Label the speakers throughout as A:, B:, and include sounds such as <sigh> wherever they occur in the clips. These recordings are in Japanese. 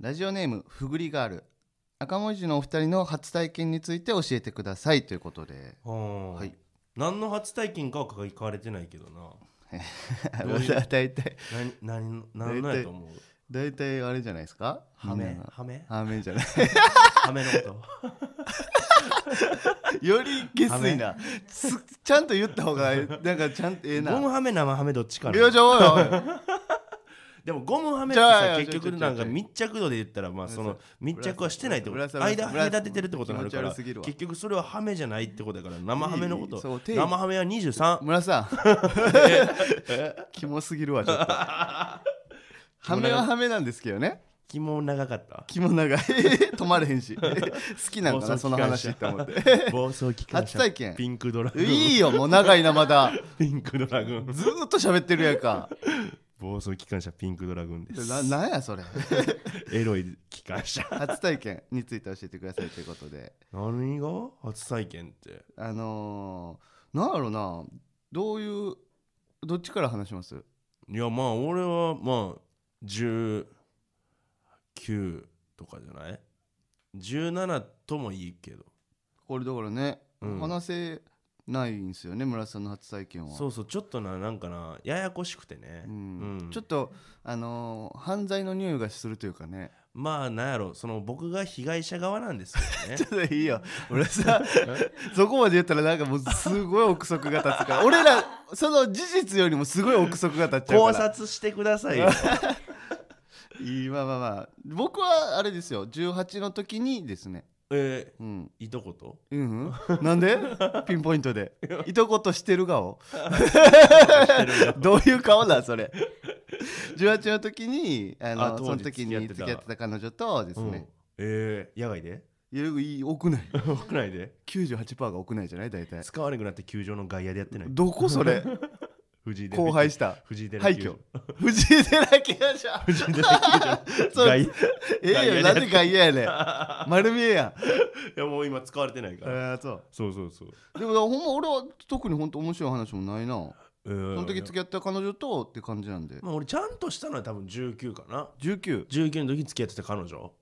A: ラジオネームふぐりガール赤文字のお二人の初体験について教えてくださいということで
B: は
A: はい
B: 何の初体験かは書かれてないけどな <laughs> どういう
A: 大体
B: な何何のやと思う
A: 大体あれじゃないですか
B: ハメ
A: みんな
B: ハメ
A: ハメじゃない <laughs>
B: ハメのこ
A: より下水なつちゃんと言った方がなんかちゃん <laughs> とええ
B: と
A: な
B: ゴムハメ生ハメどっちかな
A: よいしょおいお
B: <laughs>
A: い
B: でもゴムはめっ
A: じ
B: て
A: ゃ
B: さ
A: あ
B: 結
A: ちょ
B: 局
A: ちょ
B: なん
A: ちょ
B: か密着度で言ったらまあその密着はしてないってこ
A: ぶらさ
B: と
A: ぶらさ
B: 間隔ててるってことになる
A: 気
B: か
A: 持ち
B: ら
A: 悪すぎるわ
B: 結局それはハメじゃないってことだから生ハメのこ
A: いいそ
B: と
A: う手
B: 生ハメは23
A: 村さん <laughs> キモすぎるわ
B: <laughs>
A: ちょっとハメはハメなんですけどね
B: 気も長かった
A: 気も
B: <laughs>
A: 長い止まれへんし好きなんかなそ
B: 暴
A: の
B: 走
A: 話っ
B: 機関車
A: て思って <laughs>
B: <laughs> 暴走機関車
A: 初体験
B: ピンクドラグーン
A: いいよもう長いなまだ
B: ピンクドラグーン
A: ずーっと喋ってるやん <laughs> か
B: 暴走機関車ピンクドラグーンです
A: ななんやそれ
B: エロい機関車
A: 初体験について教えてくださいということで
B: <laughs> 何が初体験って
A: あのー、なんやろなどういうどっちから話します
B: いやまあ俺はまあ19とかじゃない ?17 ともいいけど
A: これだからね、
B: うん
A: 話せないんですよね村さんの初体験は
B: そうそうちょっとななんかなややこしくてね、
A: うん
B: うん
A: ちょっとあのー犯罪の匂いがするというか <laughs> ね
B: まあなんやろその僕が被害者側なんですけ
A: <laughs>
B: どね
A: いいよ俺さ <laughs> そこまで言ったらなんかもうすごい憶測が立つから俺らその事実よりもすごい憶測が立っちゃ
B: 考
A: うから
B: 察してくださ
A: <laughs>
B: いよ
A: いいまあまあまあ僕はあれですよ18の時にですね、
B: え
A: うん、
B: ー、いとこと
A: うん、うん、 <laughs> なん
B: <laughs>
A: でピンポイントでいとことしてる顔 <laughs> どういう顔だそれ18の時にあの
B: あ当時
A: その時に
B: 付
A: 付
B: き
A: き合
B: 合ってた
A: ってた彼女とです
B: うん
A: ね、
B: えー、野
A: <laughs>
B: 外で
A: いやいい屋内
B: 屋内で
A: 98%が屋内じゃない大体
B: 使わなくなって球場の外野でや <laughs> ってない
A: どこそれ
B: 藤井
A: 荒廃した
B: 藤井寺
A: 廃
B: 球
A: 墟
B: 場
A: 藤井寺球場
B: <laughs> 藤井寺球場
A: そう
B: 外
A: え
B: 野
A: え
B: 外野で
A: よなんで外野やね
B: <laughs>
A: ん丸見えやん
B: いやもう今使われてないから、
A: あそ
B: そうそうそう、
A: うでもほんま俺は特に本当面白い話もないな
B: えー
A: その時付き合った彼女とって感じなんで
B: まあ、俺ちゃんとしたのは多分19かな
A: 19
B: 19の時付き合ってた彼女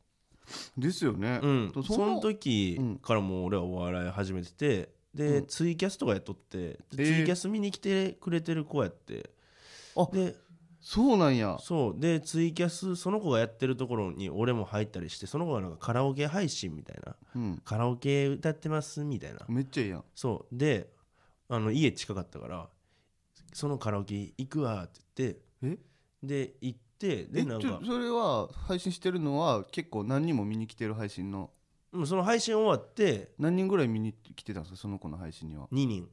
A: ですよね
B: うん
A: そ
B: そ
A: の
B: の時
A: うん
B: からもう俺はお笑い始めててで、
A: うん
B: ツイキャスとかやっとってで
A: えー
B: ツイキャス見に来てくれてる子やって、
A: あ
B: で
A: そうなんや
B: そうでツイキャスその子がやってるところに俺も入ったりしてその子がなんかカラオケ配信みたいな
A: うん
B: カラオケ歌ってますみたいな
A: めっちゃいいやん
B: そうであの家近かったからそのカラオケ行くわって言ってで行ってで
A: え
B: なん
A: ち
B: か
A: ょそれは配信してるのは結構何人も見に来てる配信の
B: うんその配信終わって
A: 何人ぐらい見に来てたんですかその子の配信には
B: 2人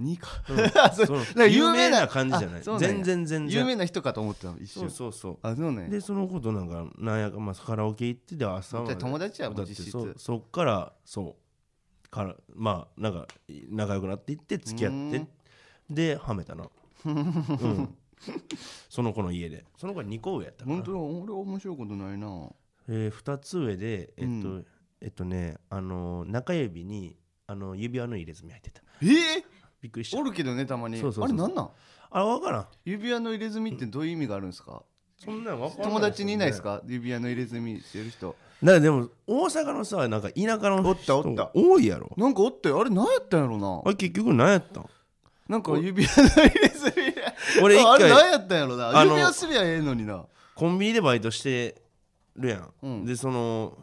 A: 2か
B: うん
A: <laughs> そ
B: その
A: ら有
B: 有
A: 名
B: 名
A: な
B: な感じじゃない
A: あそうなんや
B: 全然全
A: 有
B: 然
A: 名な人かと思ってた一
B: そ
A: 瞬
B: うそうそ
A: あそう
B: う
A: ね
B: でそのことなんかなんやかまあカラオケ行ってで朝ま
A: じゃ
B: で
A: あ友達やも
B: 歌
A: ん
B: って
A: 実質
B: そうそっからそうからまあなんか仲良くなっていって付き合っ
A: う
B: て
A: ん
B: ではめたな、うん、その子の家でその子は2個上やったかな
A: 本当だ俺は面白いことないな
B: えー、2つ上でえっと、
A: うん
B: えっとねあの中指にあの指輪の入れ墨入ってた
A: え
B: びっくりし
A: お
B: た
A: るけどねたまに
B: そうそ
A: あ
B: うそう
A: れなんなん
B: あ分からん
A: 指輪の入れ墨ってどういう意味があるんですか
B: そんなん分からん
A: 友達にいないですか指輪の入れ墨してる人
B: なんかでも大阪のさなんか田舎の人
A: おったおった
B: 多いやろ
A: なんかおったよあれ何やったんやろな
B: あれ結局何やったん
A: なんか指輪の入れ墨
B: 俺一
A: あれ
B: 回
A: 何やったんやろな
B: あの
A: 指輪すりゃええのにな
B: コンビニでバイトしてるやん、
A: うん
B: でその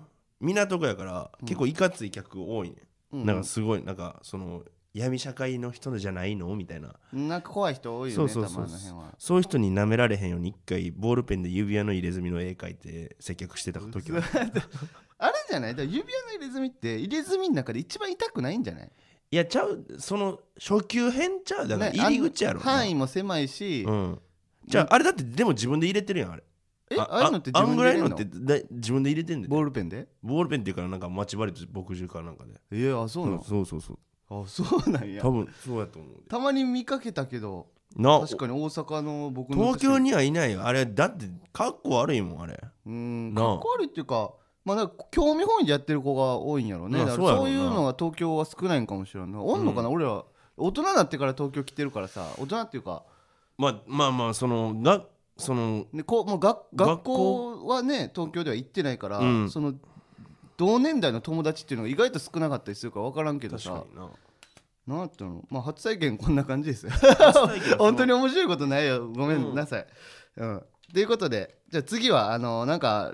B: 港区やから結構いかつい客多いね、
A: うん
B: ん、なんかすごいなんかその闇社会の人じゃないのみたいな
A: なんか怖い人多いよ
B: そう
A: ねた
B: そう
A: ま
B: そ
A: の
B: う
A: 辺は
B: そういう人に舐められへんように一回ボールペンで指輪の入れ墨の絵描いて接客してた時は
A: あれじゃないだから指輪の入れ墨って入れ墨の中で一番痛くないんじゃない
B: いやちゃうその初級編ちゃうだから
A: ね
B: 入り口やろ
A: あ
B: な、
A: ん範囲も狭いし、
B: うんじゃああれだってでも自分で入れてるやんあれ
A: えああいうのって自
B: あ
A: 分
B: んぐ
A: で
B: ら
A: 入
B: い
A: れ
B: の
A: んの
B: ってだ自分で入れてんで
A: ボールペンで
B: ボールペンっていうからなんか待ち針と墨汁かなんかで
A: いやあそうなの、
B: そうそうそう
A: あそうなんや
B: 多分そうやと思うで
A: たまに見かけたけど
B: な
A: 確かに大阪の僕の
B: 東京にはいないよあれだってかっこ悪いもんあれ
A: うーん
B: なあ
A: かっこ悪いっていうかまあなんか興味本位でやってる子が多いんやろうね
B: まあ
A: だから
B: そ
A: そうう
B: や
A: い
B: ろう
A: う
B: な
A: のは東京は少ないんかもしれんないおんのかな、俺ら大人になってから東京来てるからさ大人っていうか
B: まあまあまあそのがその
A: でこうもう学
B: 学
A: 学
B: 校
A: 校はね東京では行ってないから、
B: うん
A: その同年代の友達っていうのが意外と少なかったりするから分からんけど
B: 確
A: さ
B: かにな
A: なんていうの、まあ、初体験こんな感じですよ
B: 初体
A: <laughs>
B: 験
A: 本当に面白いことないよごめんなさい。うんということでじゃあ次はあのなんか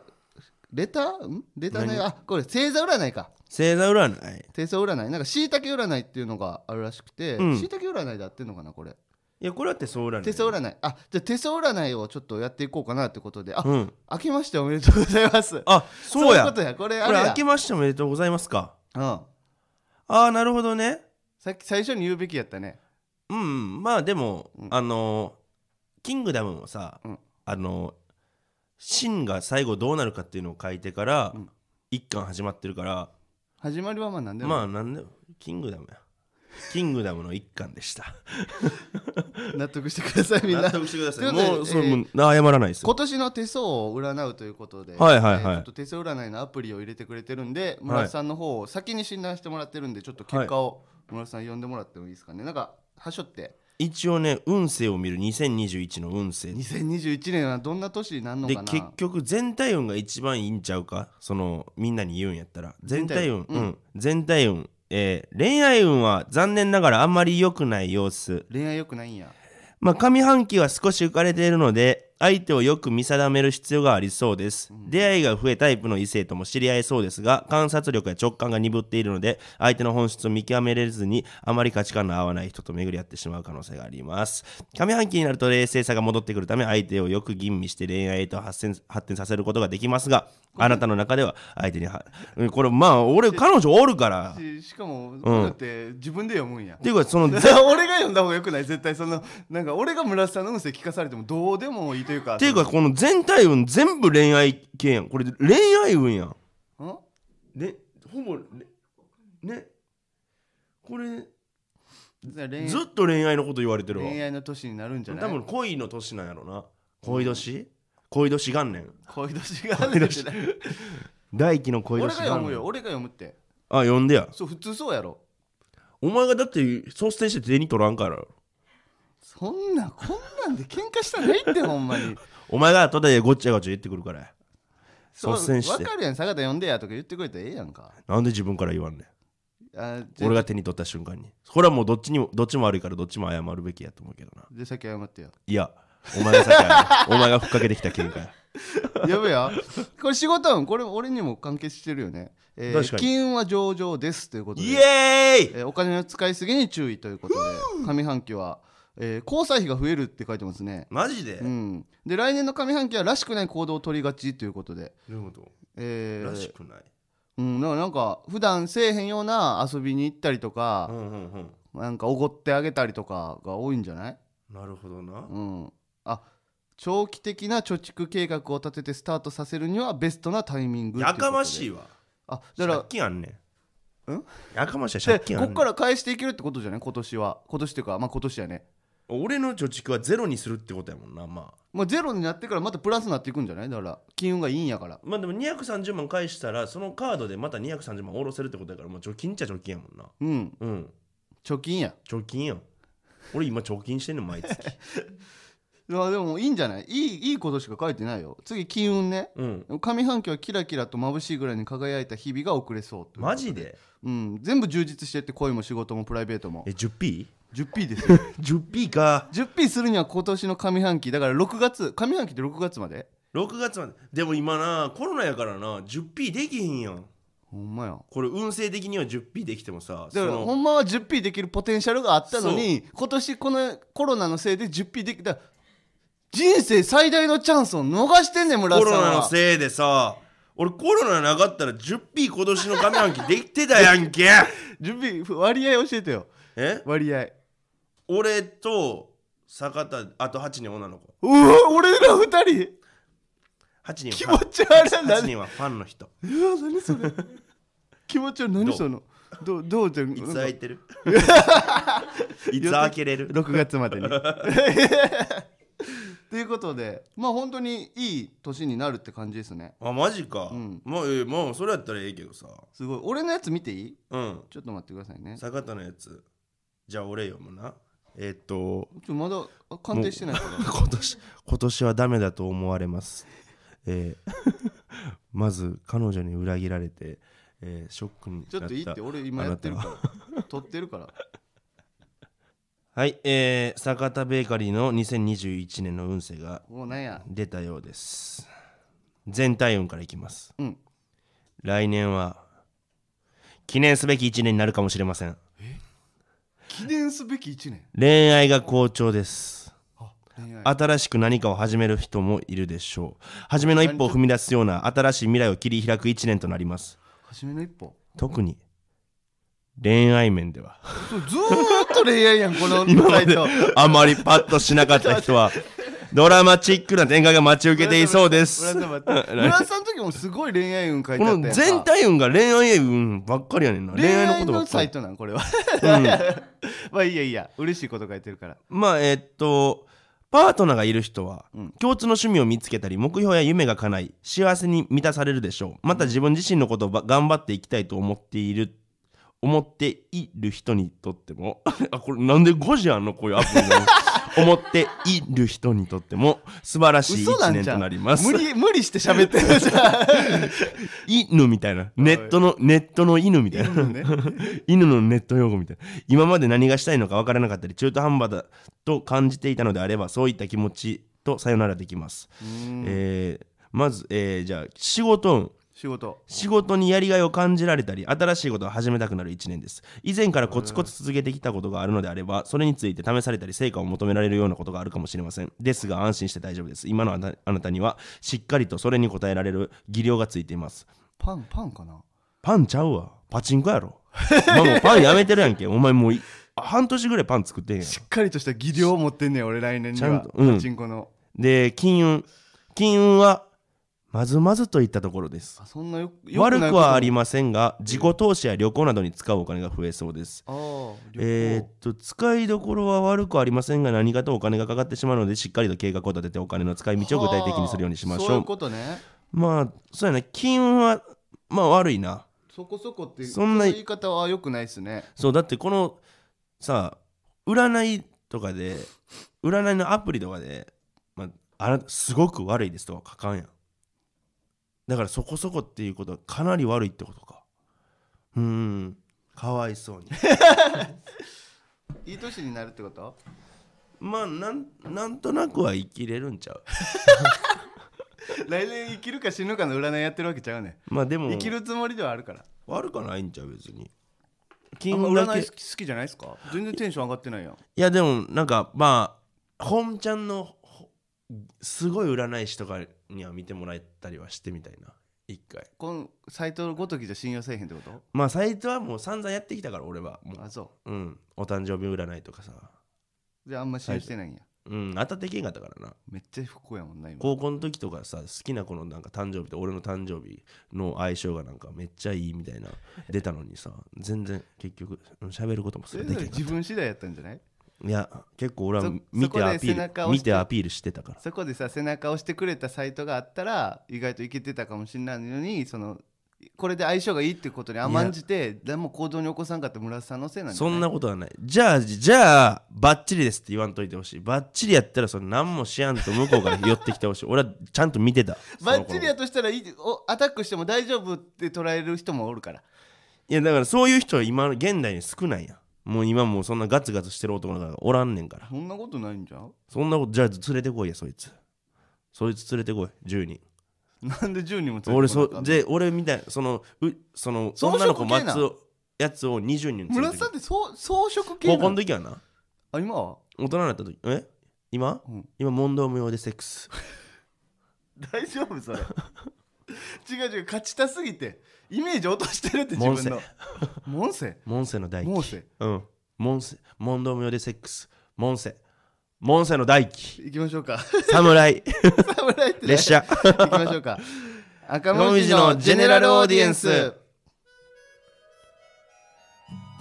A: レターんレターね
B: 何
A: あこれ星座占いか
B: 星座占い
A: 星座占いなんかしいたけ占いっていうのがあるらしくて
B: うん
A: しいたけ占いで合ってんのかなこれ
B: いやこれは手相占い
A: 手相占いあじゃあ手相占いをちょっとやっていこうかなってことであ、
B: うん
A: 明けましておめでとうございます
B: あ <laughs> そう
A: いう
B: や
A: こ
B: こと
A: やこれあれ
B: れ
A: や
B: 明けましておめでとうございますか
A: うん、
B: ああなるほどね
A: さっき最初に言うべきやったね
B: うんうんまあでも、
A: うん
B: あのーキングダムもさ、
A: うん
B: あのーシンが最後どうなるかっていうのを書いてから、
A: うん
B: 一巻始まってるから
A: 始まりはまあ何でも、
B: まあなんでキングダムやキングダムの一巻でした
A: 納得してくださ <laughs> いみん
B: 納
A: な
B: 得してください
A: ということで
B: もう、そう
A: えー
B: もう謝らないですよ
A: 今年の手相を占うということで、
B: はいはいはい
A: えーちょっと手相占いのアプリを入れてくれてるんで村田さんの方を先に診断してもらってるんでちょっと結果を村田さん呼んでもらってもいいですかねなんかはしょって
B: 一応ね運勢を見る2021の運勢
A: 2021年はどんな年になるの
B: で
A: かな
B: 結局全体運が一番いいんちゃうかそのみんなに言うんやったら全体運
A: 全体運
B: うん全体運、えー恋愛運は残念ながらあんまり良くない様子
A: 恋愛よくないんや
B: まあ上半期は少し浮かれているので相手をよく見定める必要がありそうです、出会いが増えタイプの異性とも知り合えそうですが観察力や直感が鈍っているので相手の本質を見極めれずにあまり価値観の合わない人と巡り合ってしまう可能性があります上半期になると冷静さが戻ってくるため相手をよく吟味して恋愛へと発展発展させることができますがあなたの中では相手にはうんこれまあ俺彼女おるからっ
A: ししかも、だって自分で読むんや
B: ていうかその
A: <laughs> 俺が読んだ方がよくない絶対そのなんか俺が村田さんの運勢聞かされてもどうでもいいというか
B: っていうかこの全体運全部恋愛系やんこれ恋愛運やん
A: そのん
B: ねほぼねねこれ
A: じゃあ恋
B: ずっと恋愛のこと言われてるわ
A: 恋愛の年になるんじゃない
B: 多分恋の年なんやろな恋年恋年元年
A: 恋年があるんじゃない
B: 大輝の恋
A: 俺
B: 年
A: が
B: 元年
A: 読むよ俺が読むって
B: あ呼んでや
A: そう普通そうやろ
B: お前がだって率先して手に取らんから
A: そんなこんなんで喧嘩したらないってほんまに
B: お前が後でごっちゃごちゃ言ってくるから
A: そう
B: 率先して
A: 分かるやん坂田呼んでやとか言ってくれたらええやんか
B: なんで自分から言わんね
A: あ
B: ん
A: じゃ
B: 俺が手に取った瞬間にこれはもうどっちにもどっちも悪いからどっちも謝るべきやと思うけどな
A: じゃあ先謝ってよ
B: いやお前が先
A: <laughs>
B: 謝るお前がふっかけてきた喧嘩や
A: やべやこれ仕事運これ俺にも関係してるよね、えー
B: 確かに
A: 金運は上々ですと <laughs> いうことで
B: イエーイ
A: えーお金の使いすぎに注意ということで上半期は、えー交際費が増えるって書いてますね、
B: マジで、
A: うん、で来年の上半期はらしくない行動を取りがちということで、
B: どういうこと
A: えー
B: らしくない、
A: うん、だからなんか普段せえへんような遊びに行ったりと
B: う
A: か、
B: んうんうん
A: なんかおごってあげたりとかが多いんじゃない、
B: なるほどな、
A: うん、あ長期的な貯蓄計画を立ててスタートさせるにはベストなタイミング
B: やかましい
A: い
B: わ
A: あだから
B: 借金あんねん
A: ん
B: やかましいわ
A: で
B: 借金
A: こ
B: あんね
A: っ
B: ん
A: から返していけるってことじゃない今年は今年っていうかまあ今年やね
B: 俺の貯蓄はゼロにするってことやもんなまあ
A: まあ、ゼロになってからまたプラスになっていくんじゃないだから金運がいいんやから
B: まあでも230万返したらそのカードでまた230万下ろせるってことやからもう貯金っちゃ貯金やもんな
A: うん
B: うん
A: 貯金や
B: 貯金やん俺今貯金してんの毎
A: <laughs>
B: 月
A: まあでもいいんじゃないいいいいことしか書いてないよ次金運ね
B: うん
A: 上半期はキラキラと眩しいぐらいに輝いた日々が遅れそうって
B: マジで
A: うん、全部充実してって恋も仕事もプライベートも
B: え 10p?10p
A: 10P ですよ <laughs>
B: か
A: 10P するには今年の上半期だから6月上半期って6月まで
B: 6月まででも今なコロナやからな 10p できへんやん
A: ほんまや
B: これ運勢的には 10p できてもさ
A: だから
B: その
A: ほんまは 10P できるポテンシャルがあったのに今年このコロナのせいで 10P できた人生最大のチャンスを逃してんねん村
B: コ
A: 瀬さん
B: ロ
A: は
B: ナのせいでさ俺コロナなかったら 10P 今年の上半期できてたや
A: <laughs>
B: んけ
A: 準備割合教えてよ
B: え
A: 割合
B: 俺と坂田あと8人女の子
A: うわ俺ら二人
B: 8
A: 気持
B: 人は
A: ち悪い
B: ファン
A: な
B: 8人はファンの人
A: うわ何そ
B: <laughs>
A: れ気持ち悪い何そのどうどうじゃん
B: いつ空い
A: <laughs>
B: てるいつ開けれ <laughs> る
A: 6月までに <laughs> ということでまあ本当にいい年になるって感じですね
B: あマジか、
A: うん
B: まあ、えーまあそれやったらええけどさ
A: すごい俺のやつ見ていい
B: うん
A: ちょっと待ってくださいね
B: 坂田のやつじゃあ俺読むなえっと
A: ちょまだあ鑑定してないから
B: <laughs> 今年今年はダメだと思われます、えーまず彼女に裏切られて、えーショックになった
A: ちょっといいって俺今やってるから撮ってるから
B: はいえー、坂田ベーカリーの2021年の運勢が
A: もうなん
B: <laughs>
A: や
B: 出たようです全体運からいきます、
A: うん
B: 来年は記念すべき1年になるかもしれません
A: 記念すべき1年
B: 恋愛が好調です
A: あ恋愛
B: 新しく何かを始める人もいるでしょう初めの一歩を踏み出すような新しい未来を切り開く1年となります
A: 初めの一歩
B: 特に恋愛面では <laughs>
A: ずーっと恋愛やんこのサイト
B: あまりパッとしなかった
A: <laughs>
B: 人はドラマチックな展開が待ち受けていそうで
A: <laughs>
B: す
A: 村
B: こ
A: 田待って村田さんの時もすごい恋愛運書いてあった
B: の
A: やんか
B: 全体運が恋愛運ばっかりやねんな
A: 恋
B: 恋
A: 愛
B: 愛のことば
A: の
B: っか
A: サイ
B: り
A: トなんこれは <laughs> まあいいやいいや嬉しいこと書いてるから
B: まあえーっとパートナーがいる人は、共通の趣味を見つけたり目標や夢が叶い幸せに満たされるでしょうまた自分自身のことをば頑張っていきたいと思っている思っている人にとっても <laughs> あこれなんで5時あんのこういうアプリなの <laughs> 思っている人にとっても素晴らしい
A: 嘘な
B: 1
A: ん
B: 年
A: じゃ
B: と
A: ん
B: なります
A: 無理無理して喋ってるじゃん
B: 犬みたいなネットのネットの犬みたいな <laughs>
A: ね
B: 犬のネット用語みたいな今まで何がしたいのか分からなかったり中途半端だと感じていたのであればそういった気持ちとさよならできます、えーまず、えーじゃあ仕事運
A: 仕事
B: 仕事にやりがいを感じられたり新しいことを始めたくなる1年です以前からコツコツ続けてきたことがあるのであればそれについて試されたり成果を求められるようなことがあるかもしれませんですが安心して大丈夫です今のあなあなたにはしっかりとそれに応えられる技量がついています
A: パンパンかな
B: パンちゃうわ。パチンコやろ。お前もうパンやめてるやんけ。お前もうい半年ぐらいパン作ってんやん。
A: しっかりとした技量を持ってんねん俺来年に
B: ちゃ
A: は
B: んとうん
A: パチンコの
B: で、金運。金運は、まずまずといったところです。
A: あそんなよよ
B: 悪
A: ない
B: く
A: こと
B: はありませんが、自己投資や旅行などに使うお金が増えそうです。
A: あー旅行
B: えーっと使いどころは悪くありませんが何かとお金がかかってしまうのでしっかりと計画を立ててお金の使い道を具体的にするようにしまし
A: はあそう
B: ょ
A: いう
B: う
A: ことね
B: まあそうやな金運はまあ悪いな
A: そこそこって
B: そんな
A: その言い方はよくないですね
B: そうだってこのさ占いとかで占いのアプリとかで、まあ、あなたすごく悪いですとは書かんやんだからそこそこっていうことはかなり悪いってことかうーんかわいそうに <laughs>
A: いい年になるってこと
B: まあなんなんとなくは生きれるんちゃう
A: 来年生きるか死ぬかの占いやってるわけちゃうね
B: まあでも
A: 生きるつもりではあるから
B: 悪くはないんちゃう別に
A: あ
B: 金
A: んま
B: 運だけ
A: 占い
B: い
A: 好き好きじゃないですか全然テンション上がってないやん
B: やでもなんかまあ本ちゃんのほすごい占い師とかには見てもらえたりはしてみたいな一回
A: このサイトごときじゃ信用せえへんってこ
B: まあサイトはもう散々やってきたから俺はも、
A: とあそう
B: うん、お誕生日占いとかさ、
A: うじゃああんま信用してないんや
B: うん、当たってけんかったからな
A: めっちゃ不幸やもんな今
B: 高校の時とかさ好きな子のなんか誕生日と俺の誕生日の相性がなんかめっちゃいいみたいな出たのにさ全然結局うん喋ることも
A: そ
B: そ
A: れ
B: れ
A: ぞれ
B: できんかっ
A: 自分次第やったんじゃない
B: たいや結構俺は
A: そ
B: 見て
A: そこで
B: アピ
A: 背中
B: ール
A: を押
B: 見
A: して
B: てアピールしてたから
A: そこでさ背中を押してくれたサイトがあったら意外といけてたかもしれないのにそのこれで相性がいいってことに甘んじて何も行動に起こさんかった村田さんのせいなんじゃ
B: そ
A: ない
B: んなことはないじゃあじゃあバッチリですって言わんといてほしいバッチリやったらその何もしやんと向こうから寄ってきてほしい俺はちゃんと見てた
A: バッチリ
B: や
A: やとしたらいいおアタックしても大丈夫って捉える人もおるから
B: いやだからそういう人は今の現代に少ないやんもう今もうそんなガツガツしてる男なんかおらんねんから
A: そんなことないんじゃん
B: そんなことじゃあ連れてこいやそいつそいつ連れてこい10人
A: なんで10人も連れてこな
B: 俺
A: か
B: そ
A: った
B: で俺みたいなそのうその
A: 装飾
B: 女の子
A: 系な
B: 待つやつを20人連れ
A: 村
B: て
A: 田
B: こ
A: さん
B: い
A: ってそう装飾系な
B: 高
A: の
B: 校の時はな
A: あ今は
B: 大人になった時え今、
A: うん
B: 今問答無用でセックス
A: 大丈夫それ <laughs> 違う違う勝ちたすぎてイメージ落としてるって自
B: モン
A: 分
B: セ
A: のモンセ
B: モンセの大輝
A: モンセ
B: うんモンセ問答無用でセックスモンセモンセの大輝
A: 行きましょうか <laughs>
B: 侍
A: 侍ってね
B: 列車
A: 行きましょうか赤文字のジェネラルオーディエンス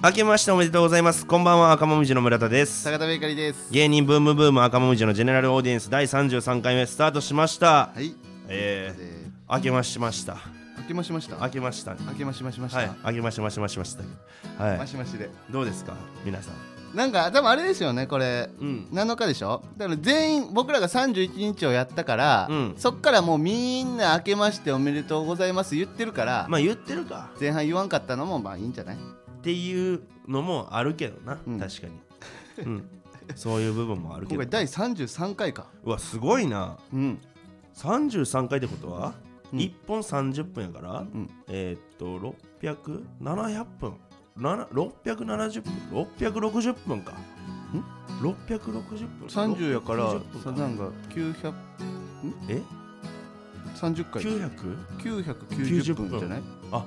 B: 明けましておめでとうございますこんばんは赤もみじの村田です
A: 坂田ベーカリーです
B: 芸人ブームブーム赤もみじのジェネラルオーディエンス第33回目スタートしました
A: はい
B: え
A: で
B: ー、明けましました
A: 開けましました
B: 明けましたね
A: 開けましましまし
B: はい
A: た
B: 明けましましましましたはい
A: マシマシで
B: どうですか皆さん
A: なんか多分あれですよねこれ
B: うん
A: 7日でしょだから全員僕らが31日をやったから、
B: うん
A: そっからもうみんな「明けましておめでとうございます」言ってるから、
B: まあ言ってるか
A: 前半言わんかったのもまあいいんじゃない
B: っていうのもあるけどな、
A: うん
B: 確かに、うん、そういう部分もあるけ
A: 今
B: ど
A: 回第33回か
B: うわすごいな
A: うん
B: 33回ってことは、
A: うん
B: 1本30分やから、
A: ん
B: えーっと600700分な670分660分か660分
A: 30やから
B: 660分
A: さなんか900
B: え
A: 30回
B: 900?
A: 990分じゃない
B: あ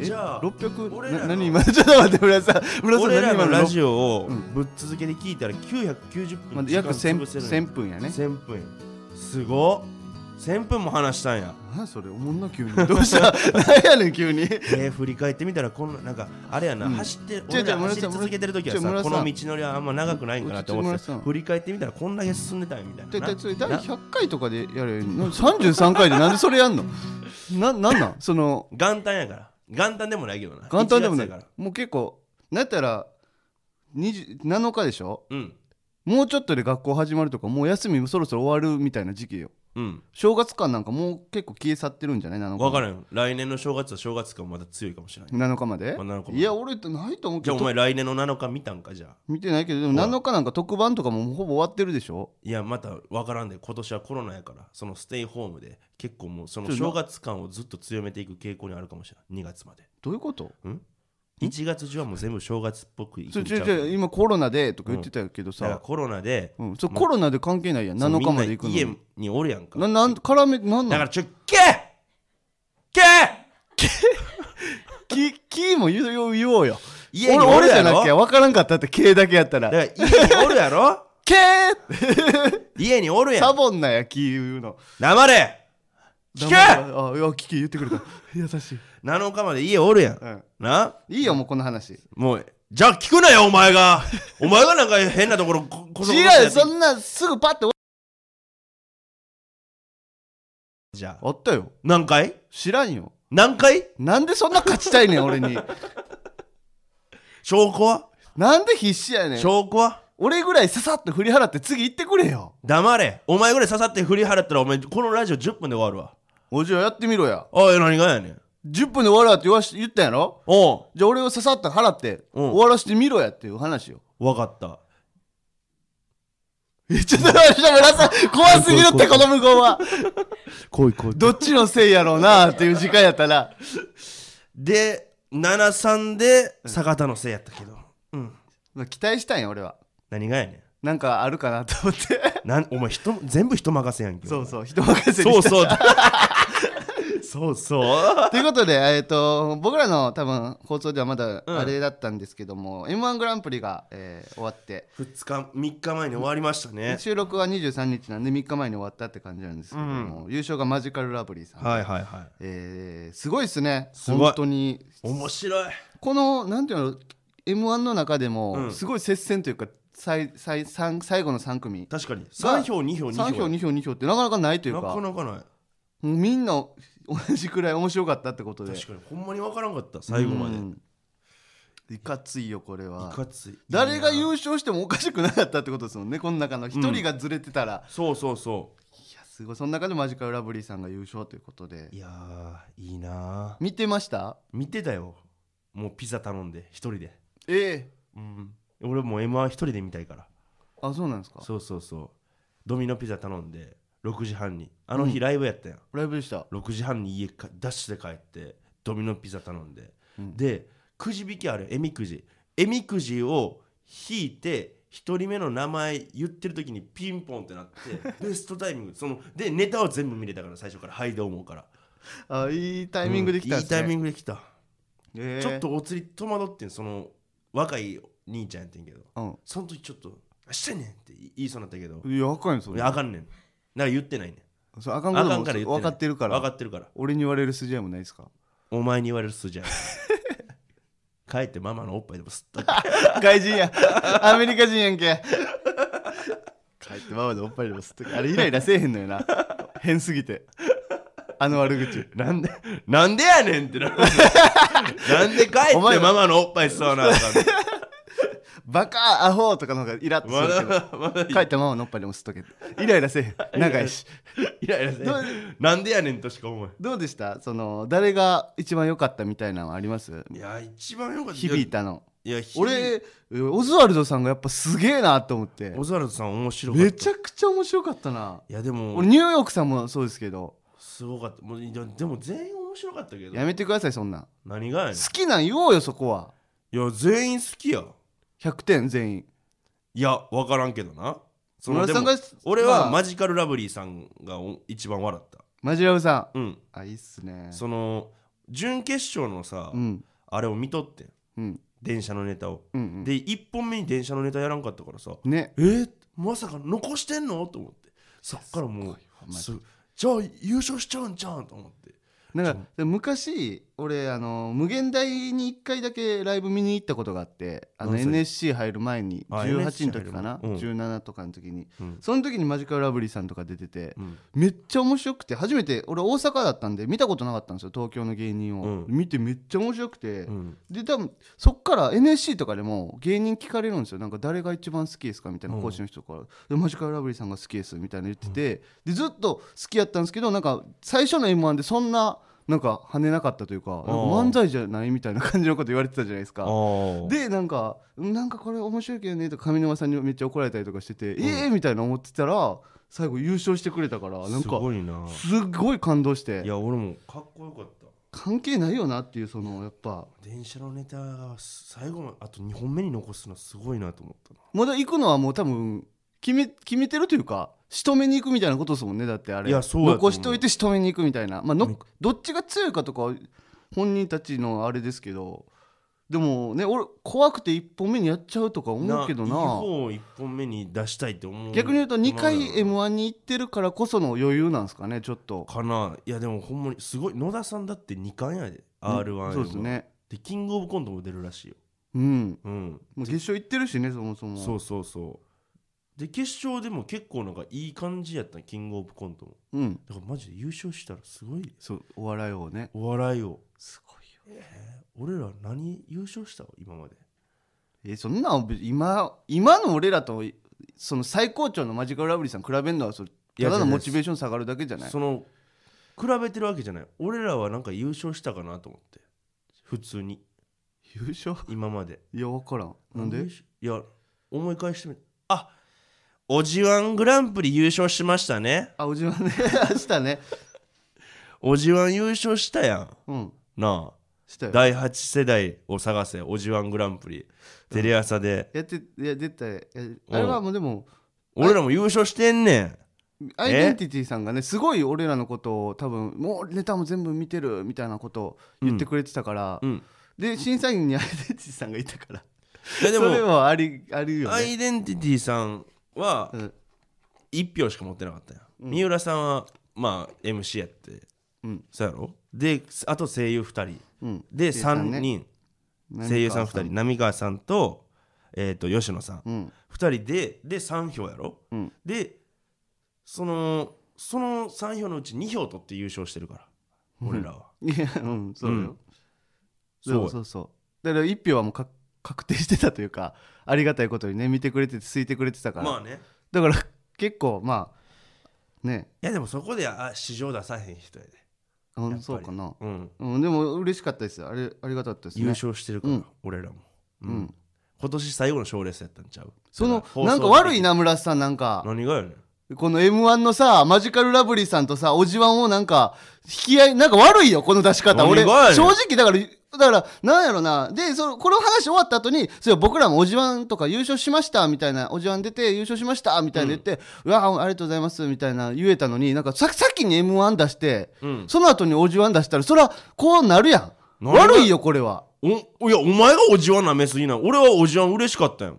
A: え
B: じゃあ俺
A: 600
B: らの
A: な何今 <laughs> ちょっと待って村井さん村井さん
B: 俺ら
A: 何今
B: の
A: の
B: ラ
A: 6
B: ジオを
A: うん
B: ぶっ続けで聞いたら990分、
A: まあ約
B: 時間
A: 1000,
B: 潰せる
A: 1000分やね
B: 1000分すごっ1000分も話したんや
A: 何それおもんな急にどうした <laughs> 何やねん急に
B: えー振り返ってみたらこんななんかあれやな、
A: うん
B: 走って
A: 違う違う
B: 俺ら
A: 村
B: 走
A: 井
B: り
A: さん
B: 続けてる時は
A: 違う村
B: さ
A: 井さ
B: こ
A: ん
B: の道のりはあんま長くないんかなって思
A: う
B: っ
A: う
B: て
A: ち
B: た
A: 村井さん
B: 振り返ってみたらこんだけ進んでたよみたい
A: で
B: な
A: で
B: な
A: それ第100回とかでやるの33回でなんでそれやんのななんなんその
B: 元旦やから元旦でもないけどな
A: 元旦でもな
B: 1月や
A: い
B: から
A: もう結構なんやったら20 7日でしょ
B: うん
A: もうちょっとで学校始まるとかもう休みもそろそろ終わるみたいな時期よ
B: うん
A: 正月間なんかもう結構消え去ってるんじゃない7日
B: 分からん来年の正月は正月かまだ強いかもしれない
A: 7日まで
B: まあ7日まで
A: いや俺ってないと思う
B: じ
A: け
B: ゃあ
A: ど
B: お前来年の7日見たんかじゃあ
A: 見てないけどでも7日なんか特番とかももうほぼ終わってるでしょ
B: いやまた分からんで今年はコロナやからそのステイホームで結構もうその
A: ちょ
B: 正月感をずっと強めていく傾向にあるかもしれない2月まで
A: どういうこと
B: 1月中はもう全部正月っぽくい
A: ち
B: く
A: ょ
B: んち
A: ち
B: ゃ
A: ょ
B: う
A: ちょ今コロナでとか言ってたけど
B: だから
A: さ、
B: コロナで
A: うんそうコロナで関係ないやん7日まで行く
B: みん
A: の
B: な家におるやんか
A: ななん絡めなんなの
B: だからちょけけ
A: きキーも言う言おうよ
B: 家に
A: 俺
B: おる
A: 俺じ
B: や
A: ゃ
B: ろ
A: なきゃ分からんかったって系だけやった
B: だ
A: ら
B: から家におる
A: <laughs>
B: やろ
A: けー
B: 家におるや
A: サ
B: ん
A: ボんなやキー言うの
B: 黙れ聞け
A: あいや聞け言ってくれ <laughs> た優しい、
B: 7日まで家おるやん
A: うん、
B: ない
A: いよもうこの話
B: もうじゃあ聞くなよお前
A: <laughs>
B: がお前がなんか変なところここの
A: 違うそんなすぐパッて
B: じゃあ
A: あったよ
B: 何回
A: 知らんよ
B: 何回
A: なんでそんな勝ちたいねん俺に
B: 証拠は
A: なんで必死やねん
B: 証拠は
A: 俺ぐらいささっと振り払って次行ってくれよ
B: 黙れお前ぐらい刺さって振り払ったらお前このラジオ10分で終わるわ
A: おじゃあやってみろや
B: おい何がやねん
A: 10分で終わるわって言わし言ったんやろ
B: おう
A: じゃあ俺をささっと払って
B: うん
A: 終わらしてみろやっていう話よ
B: 分かった
A: えちょっと待って村さん怖すぎるってこの向こうは
B: 来い来い
A: どっちのせいやろうなっていう時間やったら
B: で73で坂田のせいやったけど、うん、
A: 期待したんや俺は
B: 何がやね
A: なんかあるかなと思って
B: んなんお前人全部人任せやんけ
A: そう
B: う
A: そう人任せに
B: そ
A: した
B: うそう <laughs> そうそう
A: ということで、えー、と僕らの多分放送ではまだ
B: うん
A: あれだったんですけども、m 1グランプリが、えー終わって
B: 2日3日前に終わりましたね
A: 収録は23日なんで3日前に終わったって感じなんですけども、優勝がマジカルラブリーさん、
B: はいはいは
A: えーすごいですね
B: すごい
A: 本当に
B: い面白い
A: このなんていうの m 1の中で
B: う
A: も
B: ん
A: すごい接戦というか、最最最最後の3組
B: 確かに3票2票2票
A: 3票2票2票ってなかなかないというか
B: なかなかない
A: もうみんな同じくらい面白かったってことで
B: 確かにほんまに分からんかった最後まで
A: うんいかついよこれはい
B: かつい
A: 誰が優
B: う
A: 勝してもおかしくなかったってことですもんねこの中の一人がずれてたら、
B: そうそうそ
A: いやすごいその中でマジカルラブリーさんが優勝ということで
B: ういやーいいなー
A: 見てました
B: 見てたよもうピザ頼んで一人で
A: ええ
B: うん俺もう M−1 一人で見たいから
A: あそうなんですか
B: そうそうそうドミノピザ頼んで6時半にあの日ライブやったやん、
A: ライブでした
B: 6時半に家かダッシュで帰ってドミノピザ頼んで、
A: うん
B: でくじ引きあるえみくじえみくじを引いて1人目の名前言ってる時にピンポンってなって
A: <laughs>
B: ベストタイミングそのでネタは全部見れたから最初から「はいどうも」から
A: あいいタイミングできたん
B: うん
A: で
B: いい
A: すね、
B: タイミングできた、
A: ええ
B: ちょっとお釣り戸惑ってんその若い兄ちゃんやってんけど
A: う
B: その時ちょっと「あしてんねん」って言いそうになったけど、
A: んいやあかんよそ
B: い
A: れ
B: やあかんねんだから言ってないねん
A: そうあかんこ
B: あ
A: と
B: か
A: も
B: んから言ってない
A: 分かってるから
B: 分かってるから
A: 俺に言われる筋合いもないですか
B: お前に言われる <laughs> 筋じゃん帰ってママのおっぱいでも吸った
A: 外人やアメリカ人やんけ帰ってママでおっぱいでも吸ってあれイライラせえへんのよな変すぎてあの悪口
B: なんでなんでやねんってなるなんで帰って
A: お前
B: ママのおっぱい吸わなあかんの
A: バカアホとかの方がイラッと
B: ます
A: るけど
B: だまだ
A: 帰ったままのっぱりでも吸っとけイライラせえへん長いし
B: イライラせえ
A: どう
B: なんでやねんとしか思え
A: どうでしたその誰が一番良かったみたいなのはあります
B: んいや一番よかった
A: 響いたの
B: いや響い
A: 俺オズワルドさんがやっぱすげえなと思って
B: オズワルドさん面白かった
A: めちゃくちゃ面白かったない
B: やでも
A: 俺ニューヨークさんもそうですけど
B: すごかったもういやでも全員面白かったけど
A: やめてくださいそんなん
B: 何がやねん
A: 好きなん言おうよそこはい
B: や全員好きや
A: 100点全員
B: いや分からんけどなそ
A: 村田
B: ので
A: さん
B: も
A: が
B: 俺は
A: まあ
B: マジカルラブリーさんがお一番笑った
A: マジラブさ
B: うん
A: んあいいっすね
B: その準決勝のさ、
A: うん
B: あれを見とってん
A: うん
B: 電車のネタを、
A: うん
B: で1本目に電車のネタやらんかったからさ、
A: うんね
B: えーまさか残してんのと思ってそっからもう
A: す
B: すじゃあ優勝しちゃうんちゃうんと思って
A: なんかで昔俺あの無限大に1回だけライブ見に行ったことがあってあの
B: 何歳
A: NSC 入る前に
B: あ
A: 18の時かな、
B: NSC 入る
A: 17とかの時に
B: うん、
A: その時にマジカルラブリーさんとか出てて
B: うん、
A: めっちゃ面白くて初めて俺大阪だったんで見たことなかったんですよ東京の芸人を、
B: うん
A: 見てめっちゃ面白くて、
B: うん
A: で多分そっから NSC とかでも芸人聞かれるんですよなんか誰が一番好きですかみたいな
B: うん
A: 講師の人から「でマジカルラブリーさんが好きです」みたいな言ってて、でずっと好きやったんですけどなんか最初の m 1でそんななんか跳ねなかったというかなんか漫才じゃないみたいな感じのこと言われてたじゃないですか。
B: で
A: でなんか「うんなんかこれ面白いけどね」とか上沼さんにめっちゃ怒られたりとかしてて「ええー!」みたいな思ってたら最後優勝してくれたからなん
B: す
A: か
B: ごいな
A: すごい感動し
B: い
A: て
B: や俺もかっこよかった
A: 関係ないよなっていうそのやっぱ
B: 電車のネタが最後まであと2本目に残すのはすごいなと思ったな
A: まだ行くのはもう多分決め決めてるというか仕留めに行くみたいなことですもんねだってあれ
B: いやそうだと思う
A: 残しといて仕留めに行くみたいな、まあ、
B: め
A: のどっちが強いかとかは本人たちのあれですけどでもね俺怖くて1本目にやっちゃうとか思うけど
B: いい
A: な
B: 方を1本目に出したいって思う
A: 逆に言うと2回
B: 思う
A: m 1に行ってるからこその余裕なんですかねちょっと
B: かないやでもほんまにすごい野田さんだって2冠やで r 1
A: そうですね
B: でキングオブコントも出るらしいよ
A: うん
B: うん
A: もう決勝行ってるしねそもそも
B: そうそうそうで決勝でも結構なんかいい感じやったキングオブコントも
A: うん
B: だからマジで優勝したらすごい
A: そうお笑いをね
B: お笑いを
A: すごいよ
B: 俺ら何優勝したわ今まで
A: えそんなん今今の俺らとその最高潮のマジカルラブリーさん比べるのはそれ
B: いや
A: ただの
B: 違う
A: モチベーション下がるだけじゃない
B: その比べてるわけじゃない俺らはなんか優勝したかなと思って普通に
A: 優勝
B: 今まで
A: いや分からんなんで
B: 優勝いや思い返してみあおじわんグランプリ優勝しましたね
A: あおじはね <laughs> 明日ね
B: おじわん優勝したやん
A: うん
B: な
A: した
B: あ
A: よ
B: 第8世代を探せおじわんグランプリテレ朝で、
A: やっていや出たやあれはもうでも
B: 俺らも優勝してんねん
A: アイデンティティさんがねすごい俺らのことを多分もうネタも全部見てるみたいなことを言ってくれてたから、
B: うん
A: で審査員にアイデンティティさんがいたから
B: い <laughs> やで
A: それ
B: も
A: はありあるよ
B: ア
A: ね
B: イデンティティさんは
A: うん
B: 1票しか持ってなかったや、ん、三浦さんはまあ MC やって、
A: うん
B: そうやろであと声優2人
A: うん
B: で
A: 声優さんね
B: 3人、
A: 浪川
B: 声優さん2人浪川さんと,、えー、と吉野さん、
A: うん
B: 2人でで3票やろ、
A: うん
B: でそのその3票のうち2票取って優勝してるから俺らは、
A: <laughs> いやうんそうよ、
B: うん
A: そうそう
B: そ
A: そうだから一票はもうか確定してたというかありがたいことにね見てくれててついてくれてたから、
B: まあね
A: だから結構まあね
B: いやでもそこであ市場出さへん人やで、
A: う
B: やっぱ
A: ん
B: り
A: そうかな、
B: うん、
A: うん、でも嬉しかったですよあれありがたかったですね
B: 優勝してるから、
A: うん
B: 俺らも、うん
A: うん
B: 今年最後の賞レースやったんちゃう
A: その
B: だら放送
A: なんか悪いな村瀬さんなんか
B: 何がやねん
A: この m 1のさマジカルラブリーさんとさおじわんをなんか引き合いなんか悪いよこの出し方俺
B: 何がやねん
A: 正直だからだからなんやろなでそのこの話終わった後にそれ僕らもおじわんとか優勝しましたみたいなおじわん出て優勝しましたみたいな言って、うわあありがとうございますみたいな言えたのになんかさ先に m 1出して、
B: うん
A: その後におじわん出したらそらこうなるやん
B: 何が
A: 悪いよこれは
B: おいやお前がおじわんなめすぎな俺はおじわん嬉しかったよ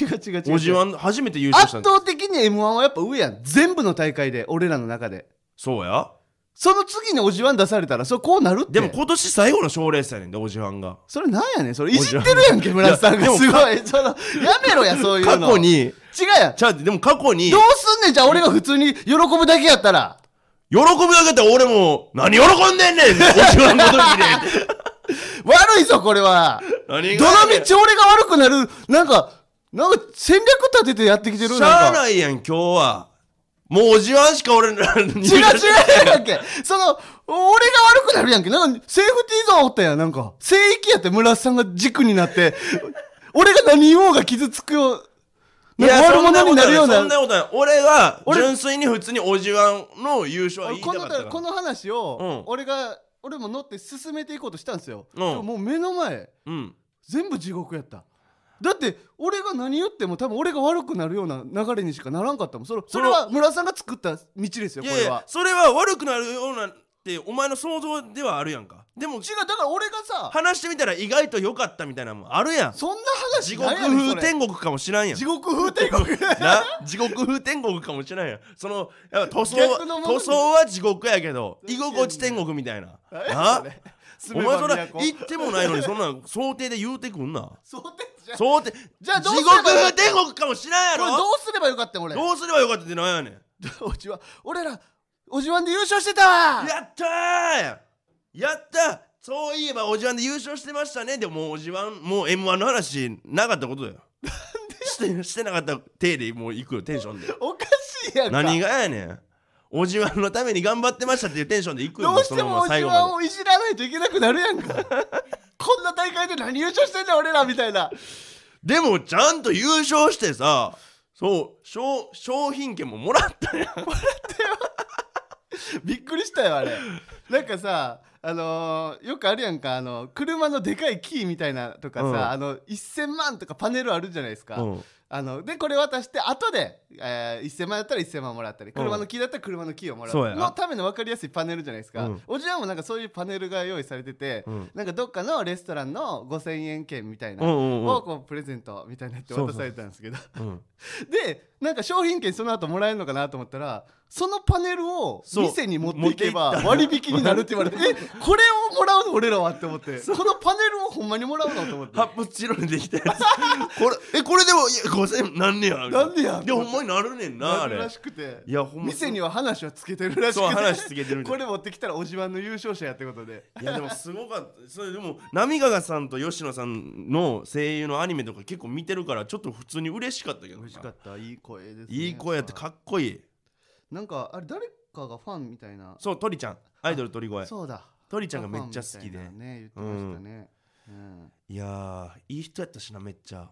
A: 違う違う違う
B: おじわん初めて優勝した
A: 圧
B: んだ
A: 倒的に m 1はやっぱ上やん全部の大会で俺らの中で
B: そうや
A: その次におじわん出されたらそれこうなるって
B: でも今年最後の賞レースやねんでおじわんが
A: それなんやねんそれいじってるやんけ村瀬さん
B: い
A: が
B: や
A: すごいそのやめろやそういう
B: 過
A: の
B: 去に
A: 違うやん
B: ちゃうでも過去に
A: どうすんねんじゃあ俺が普通に喜ぶだけやったら
B: 喜び上げて俺も何喜んでんねんおじわんごときで
A: 悪いぞこれは
B: 何
A: どの道俺が悪くなるなんかなんか戦略立ててやってきてる
B: しゃ
A: な
B: あ
A: んか
B: ないやん、今日は。もうおじわんしか俺らに。
A: 違う違うやんけその俺が悪くなるやんけなんかセーフティーゾーンおったやんなんか聖域やって村瀬さんが軸になって俺が何言おうが傷つくような
B: い
A: ん
B: や、
A: か悪
B: そん
A: 者
B: なこ
A: に
B: と
A: な
B: な
A: る
B: い。
A: ような
B: そんなことない。俺が、
A: 俺
B: 純粋に普通におじわんの優勝は言いた
A: こ
B: か
A: の
B: ったから。
A: この話を
B: うん
A: 俺が俺も乗って進めていこうとしたんですよ、
B: うん
A: でももう目の前
B: うん。
A: 全部地獄やっただって俺が何言っても多分俺が悪くなるような流れにしかならんかったもんそれそれは村さんが作った道ですよ
B: い
A: こ
B: やい
A: れは
B: や、それは悪くなるようなって、お前の想像ではあるやんか。でも、
A: 違うだから俺がさ
B: 話してみたら意外と良かったみたいなのもんあるやん。
A: そんな話
B: 地獄
A: ないやねん
B: 風
A: それ
B: 天国かもしらんやん
A: 地。獄風天国
B: な地獄風天国かもしれんやんそのやっぱ塗装
A: 逆のもの
B: 塗装は地獄やけど
A: 何して
B: 居
A: んの
B: 心地天国みたいな
A: 何や
B: な
A: それ住め
B: お前そ
A: ば
B: ら
A: 都
B: 言ってもないのにそんな想定で言うてくん
A: <laughs>
B: な
A: 想定じゃん
B: 想定
A: じゃあどうす
B: 地
A: れば
B: 獄風天国かもしらん
A: こ
B: や
A: れどう
B: ろ
A: すればよかったん俺
B: どうすればよかったってなんやねん
A: おじわ俺らおじわんで優勝してたわ
B: やったーやったそういえばおじわんで優勝してましたねでももうおじわんもう m 1の話なかったことだよしてしてなかった体でもう行くよテンションで
A: おかしいやんか
B: 何がやねんおじわんのために頑張ってましたっていうテンションで行くよ
A: どうして
B: そのま
A: も
B: ま
A: おじ
B: 最後
A: わん
B: ま
A: をいじらないといけなくなるやんかこんな大会で何優勝してんだ俺らみたいな
B: ででもちゃんと優勝してさそう商商品券ももらったやん
A: <laughs> びっくりしたよあれなんかさあのーよくあるやんかあの車のでかいキーみたいなとかさ、
B: うん
A: あの1000万とかパネルあるじゃないですか、
B: うん
A: あのでこれ渡して後で、えー1000万だったら1000万もらったり車のキーだったら車のキーをもらう
B: そうや
A: のための分かりやすいパネルじゃないですか、
B: うん
A: おじやんもなんかそういうパネルが用意されてて、
B: うん
A: なんかどっかのレストランの5000円券みたいな、
B: うんうんうん
A: をこうプレゼントみたいなって渡されたんですけど
B: うん
A: でなんか商品券その後もらえるのかなと思ったらそのパネルを
B: そう
A: 店に持っていけば
B: 持っていった
A: 割引になるって言
B: <laughs>
A: われてえこれをもらうの俺らはって思ってこのパネルをほんまにもらうのと思って
B: 発泡スチロールできたや
A: <laughs>
B: つこれえこれでもいや5000なんねや
A: なんでや
B: でほんまになるねんな
A: な
B: あ
A: る
B: れ
A: らしくて
B: いやほんま
A: 店には話はつけてるらしく
B: そう
A: て
B: 話つけてるんだ
A: これ持ってきたらおじわんの優勝者やってことで
B: いやでもすごかったそれでも波川さんと吉野さんの声優のアニメとか結構見てるからちょっと普通に嬉しかったけどな
A: 嬉しかったいい声です、ね、
B: いい声やってかっこいい
A: なんかあれ誰かがファンみたいな
B: そう鳥ちゃんアイドル鳥越
A: そうだ
B: 鳥ちゃんがめっちゃ好きで
A: ファンみたいなね言ってましたね、うん
B: いやーいい人やったしなめっちゃ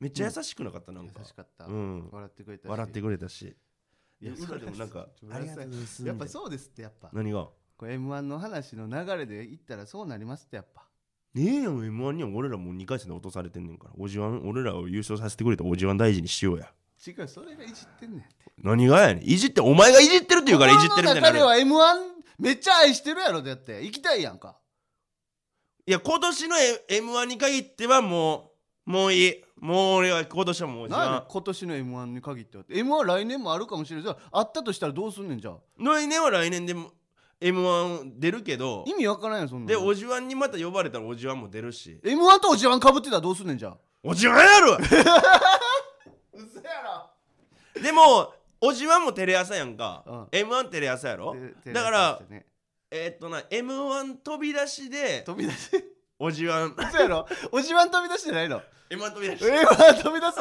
B: めっちゃ優しくなかったなんか
A: 優しかった、
B: うん
A: 笑ってくれたし
B: 笑ってくれたしい
A: いや
B: や裏でもなんか
A: ちょっと
B: あ
A: ごめ
B: り
A: ん
B: が
A: なさ
B: とう
A: い
B: ございます
A: やっぱ
B: う
A: そうですってやっぱ
B: 何が
A: これ M1 の話の流れでいったらそうなりますってやっぱ
B: ねえやん M1 には俺らもう2回戦で落とされてんねんからおじわん俺らを優勝させてくれたおじわん大事にしようや
A: 違うそれがいじってんねんって
B: 何がやねんいじってお前がいじってるって言うからいじってるみたいにな
A: 彼
B: るやん
A: は M1 めっちゃ愛してるやろだって行きたいやんか
B: いや今年の M1 に限ってはもうもういいもう俺は今年はもうおじ
A: なんやねん
B: わ
A: 今年の M1 に限っては M1 来年もあるかもしれないじゃああったとしたらどうすんねんじゃあ
B: ん来年は来年でも M1 出るけど
A: 意味わからんやんそんなん
B: でお
A: M1
B: じわんにまた呼ばれたらおじわんも出るし
A: とおじわんかぶってたらどうすんねんじゃあ
B: おじわんやろ
A: うそや
B: でもおじわんもテレ朝やんか、
A: うん
B: m 1テレ朝やろだからえーっとな m 1飛び出しで
A: 飛び出し
B: おじ <laughs> わん
A: うそやろおじわん飛び出してないの
B: m 1飛び出し
A: えは飛び出
B: <laughs>
A: す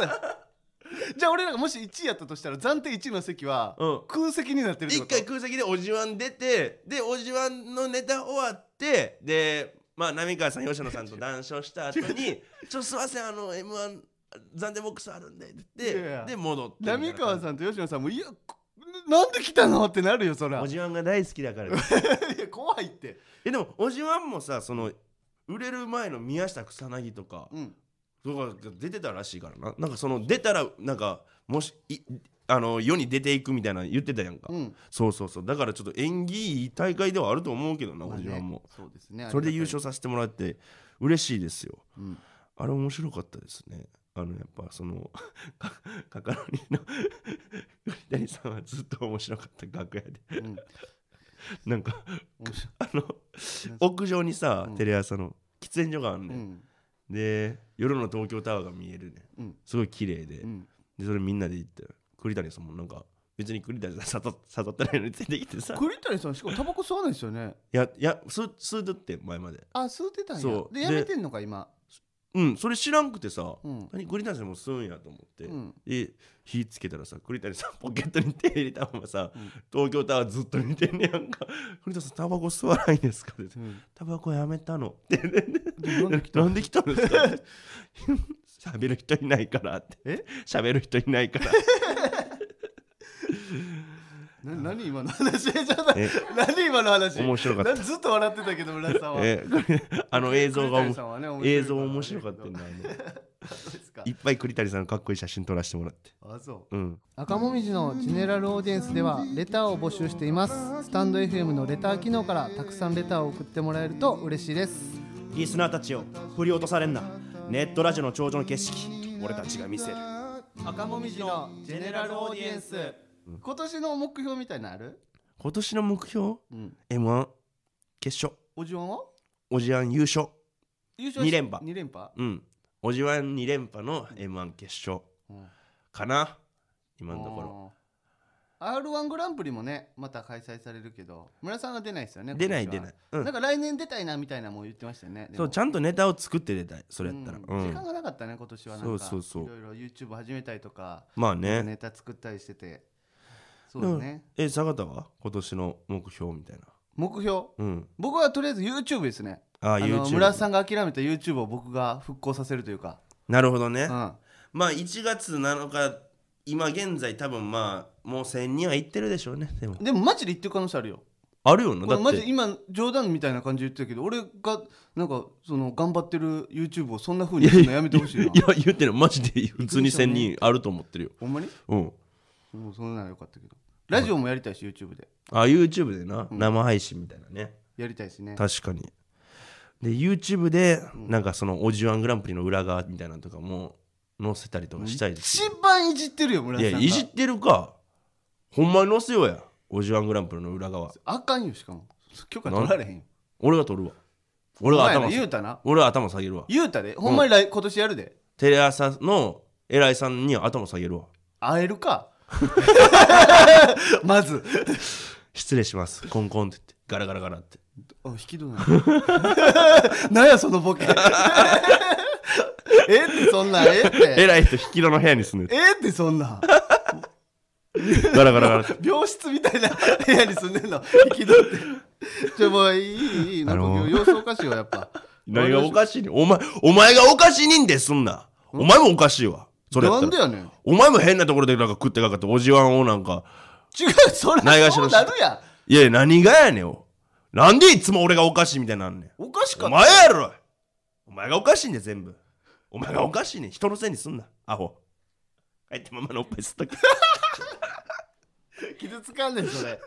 A: じゃあ俺らがもし1位やったとしたら暫定1位の席は
B: うん
A: 空席になってるって
B: 一
A: こと
B: 回空席でおじわん出てでおじわんのネタ終わってでまあ浪川さん吉野さんと談笑した後
A: <laughs>
B: に「ちょすいませんあの m 1暫定ボックスあるんで」って言って
A: いやいや
B: で戻って
A: 浪川さ
B: ん
A: んと吉野さんもいやこなんで来たのってなるよそら
B: お
A: い
B: じわんが大好きだから
A: や <laughs> 怖いって
B: えでもおじわんもさその売れる前の宮下草薙とか
A: うん
B: とかが出てたらしいからななんかその出たらなんかもしいあの世に出ていくみたいなの言ってたやんか、
A: うん
B: そうそうそうだからちょっと演技いい大会ではあると思うけどな、
A: まあ
B: お
A: ね
B: じわんも
A: そうですね
B: それで優勝させてもらって嬉しいですよ
A: うん
B: あれ面白かったですねあのやっぱその <laughs> カカロニの <laughs> 栗谷さんはずっと面白かった楽屋で
A: うん
B: なんか
A: 面白い
B: あの屋上にさ、
A: うん
B: テレ朝の喫煙所があん
A: う
B: ね、ん
A: ん
B: で夜の東京タワーが見えるね
A: うん
B: すごい綺麗で、
A: <laughs> うん
B: でそれみんなで行って栗谷さんもなんか別に栗谷さん <laughs> 誘っ誘ってないのについてきてさ
A: 栗谷さんしかもタバコ吸わないですよね
B: いやいや吸吸うとって前まで
A: あ吸うてたんや
B: そう
A: で
B: で
A: やめてんのか今
B: うんそれ知らんくてさ、
A: うん
B: 何栗谷さんもすんやと思って、
A: うん
B: で火つけたらさ栗谷さん <laughs> ポケットに手入れたままさ、東京タワーずっと見てんねやん <laughs> か栗谷さんタバコ吸わないんですかって、
A: うん
B: タバコやめたのって
A: なん <laughs> で来た
B: <laughs> なんで来たんですか <laughs> 喋る人いないからって
A: え
B: 喋る人いない <laughs> から
A: な何今の話 <laughs> ちょっと
B: え
A: 何今の話
B: 面白かった
A: なずっと笑ってたけど村田さんは
B: えあの映像
A: 栗
B: が面
A: 谷さんはね面白いから
B: 映像面白かったんだ
A: <laughs> そうですか
B: いっぱい栗谷さんのかっこいい写真撮らせてもらって
A: あそう
B: うん
A: 赤もみじのジェネラルオーディエンスではレターを募集していますスタンド FM のレター機能からたくさんレターを送ってもらえると嬉しいです
B: リスナーたちを振り落とされんなネットラジオの頂上の景色俺たちが見せる
A: 赤もみじのジェネラルオーディエンス今年の目標みたいなのある
B: 今年の目標
A: うん、
B: M1 決勝
A: おじわんは
B: おじわん優勝
A: 優勝し
B: 二連覇
A: 二連覇、
B: うんおじわん2連覇の M1 決勝かな今のところ
A: あー R1 グランプリもねまた開催されるけど村さんが出ないですよね
B: 出ない
A: 今年
B: 出
A: は
B: ないうん
A: なんか来年出たいなみたいなもん言ってましたよねでも
B: そうちゃんとネタを作って出たいそれやったら、
A: う
B: うんん
A: 時間がなかったね今年はなんか
B: そうそうそう
A: いろいろ YouTube 始めたりとか
B: まあね
A: ネタ作ったりしててそうだね
B: え坂田は今年の目標みたいな
A: 目標
B: うん
A: 僕はとりあえず YouTube ですね
B: あ
A: あ
B: あ
A: の
B: YouTube
A: 村さんが諦めた YouTube を僕が復興させるというか、
B: なるほどね、
A: うん、
B: まあ1月7日今現在多分まあもう1000人はいってるでしょうねでも
A: でもマジで言ってる可能性あるよ
B: あるよ
A: こ
B: な
A: れ
B: だっ
A: マジ
B: て
A: 今冗談みたいな感じで言ってるけど俺がなんかその頑張ってる YouTube をそんな風にするのやめてほしいない
B: や言ってるマジで普通に1000人あると思ってるよ
A: ほんまに
B: うん
A: もうそんなのよかったけどラジオもやりたいし YouTube で
B: あ YouTube でな、生配信みたいなね
A: やりたいしね
B: 確かにで YouTube でなんかそのおじわんグランプリの裏側みたいなのとかも載せたりとかしたいです
A: 一番いじってるよ村
B: い
A: さん
B: や
A: が
B: いじってるかほんまに載せようやおじわんグランプリの裏側
A: あかんよしかも許可取られへんよ
B: 俺が撮るわ俺が
A: お前
B: 頭
A: ら言
B: 下
A: うたな
B: 俺が頭下げるわ
A: 言うたでほんまに来、今年やるで
B: テレ朝の偉いさんには頭下げるわ
A: 会える
B: <laughs>
A: かまず
B: 失礼しますコンコンって言ってガラガラガラって
A: あ引き戸なの
B: <laughs>
A: なんやそのボケ <laughs> えってそんなんえって
B: 偉い人引き戸の部屋に住んで
A: えってそんなん
B: て <laughs> ガラガラガラって
A: 病室みたいな <laughs> 部屋に住んでんの引き戸ってちょもういいいいなんか
B: あのー
A: 様子おかしいよやっぱ
B: 何がおかしいねんお前お前がおかしい人ですんなお前もおかしいわそれや
A: な
B: った
A: ん
B: ら
A: でやねん
B: お前も変なところでなんか食ってかかっておじわんをなんか
A: 違うそれ
B: ないがし
A: そ
B: ろ
A: う
B: し
A: なるやん
B: いやいや何がやねんおなんでいつも俺がおかしいみたいになんねん
A: おかしか
B: お
A: った
B: 前やろお前がおかしいんだよ全部お前がおかしいねん人のせいにすんなアホ帰ってママのおっぱい吸った <laughs> っけ
A: 傷つかんねんそれ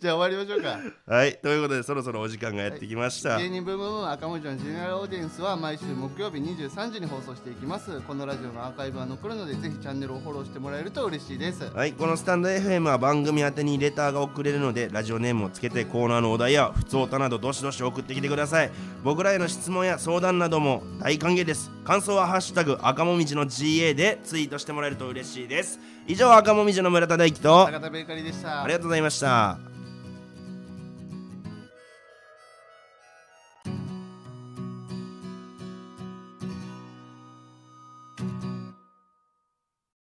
A: じゃあ終わりましょうか
B: はいということでそろそろお時間がやってきました、
A: 芸人ブームブーム赤文字のジェネラルオーディエンスは毎週木曜日23時に放送していきますこのラジオのアーカイブは残るのでぜひチャンネルをフォローしてもらえると嬉しいです
B: はい、このスタンド FM は番組宛てにレターが送れるのでラジオネームをつけてコーナーのお題や普通歌などどしどし送ってきてください僕らへの質問や相談なども大歓迎です感想は「ハッシュタグ赤もみじの GA」でツイートしてもらえると嬉しいです以上赤もみじの村田大樹と
A: 坂田ベーカリーでした
B: ありがとうございました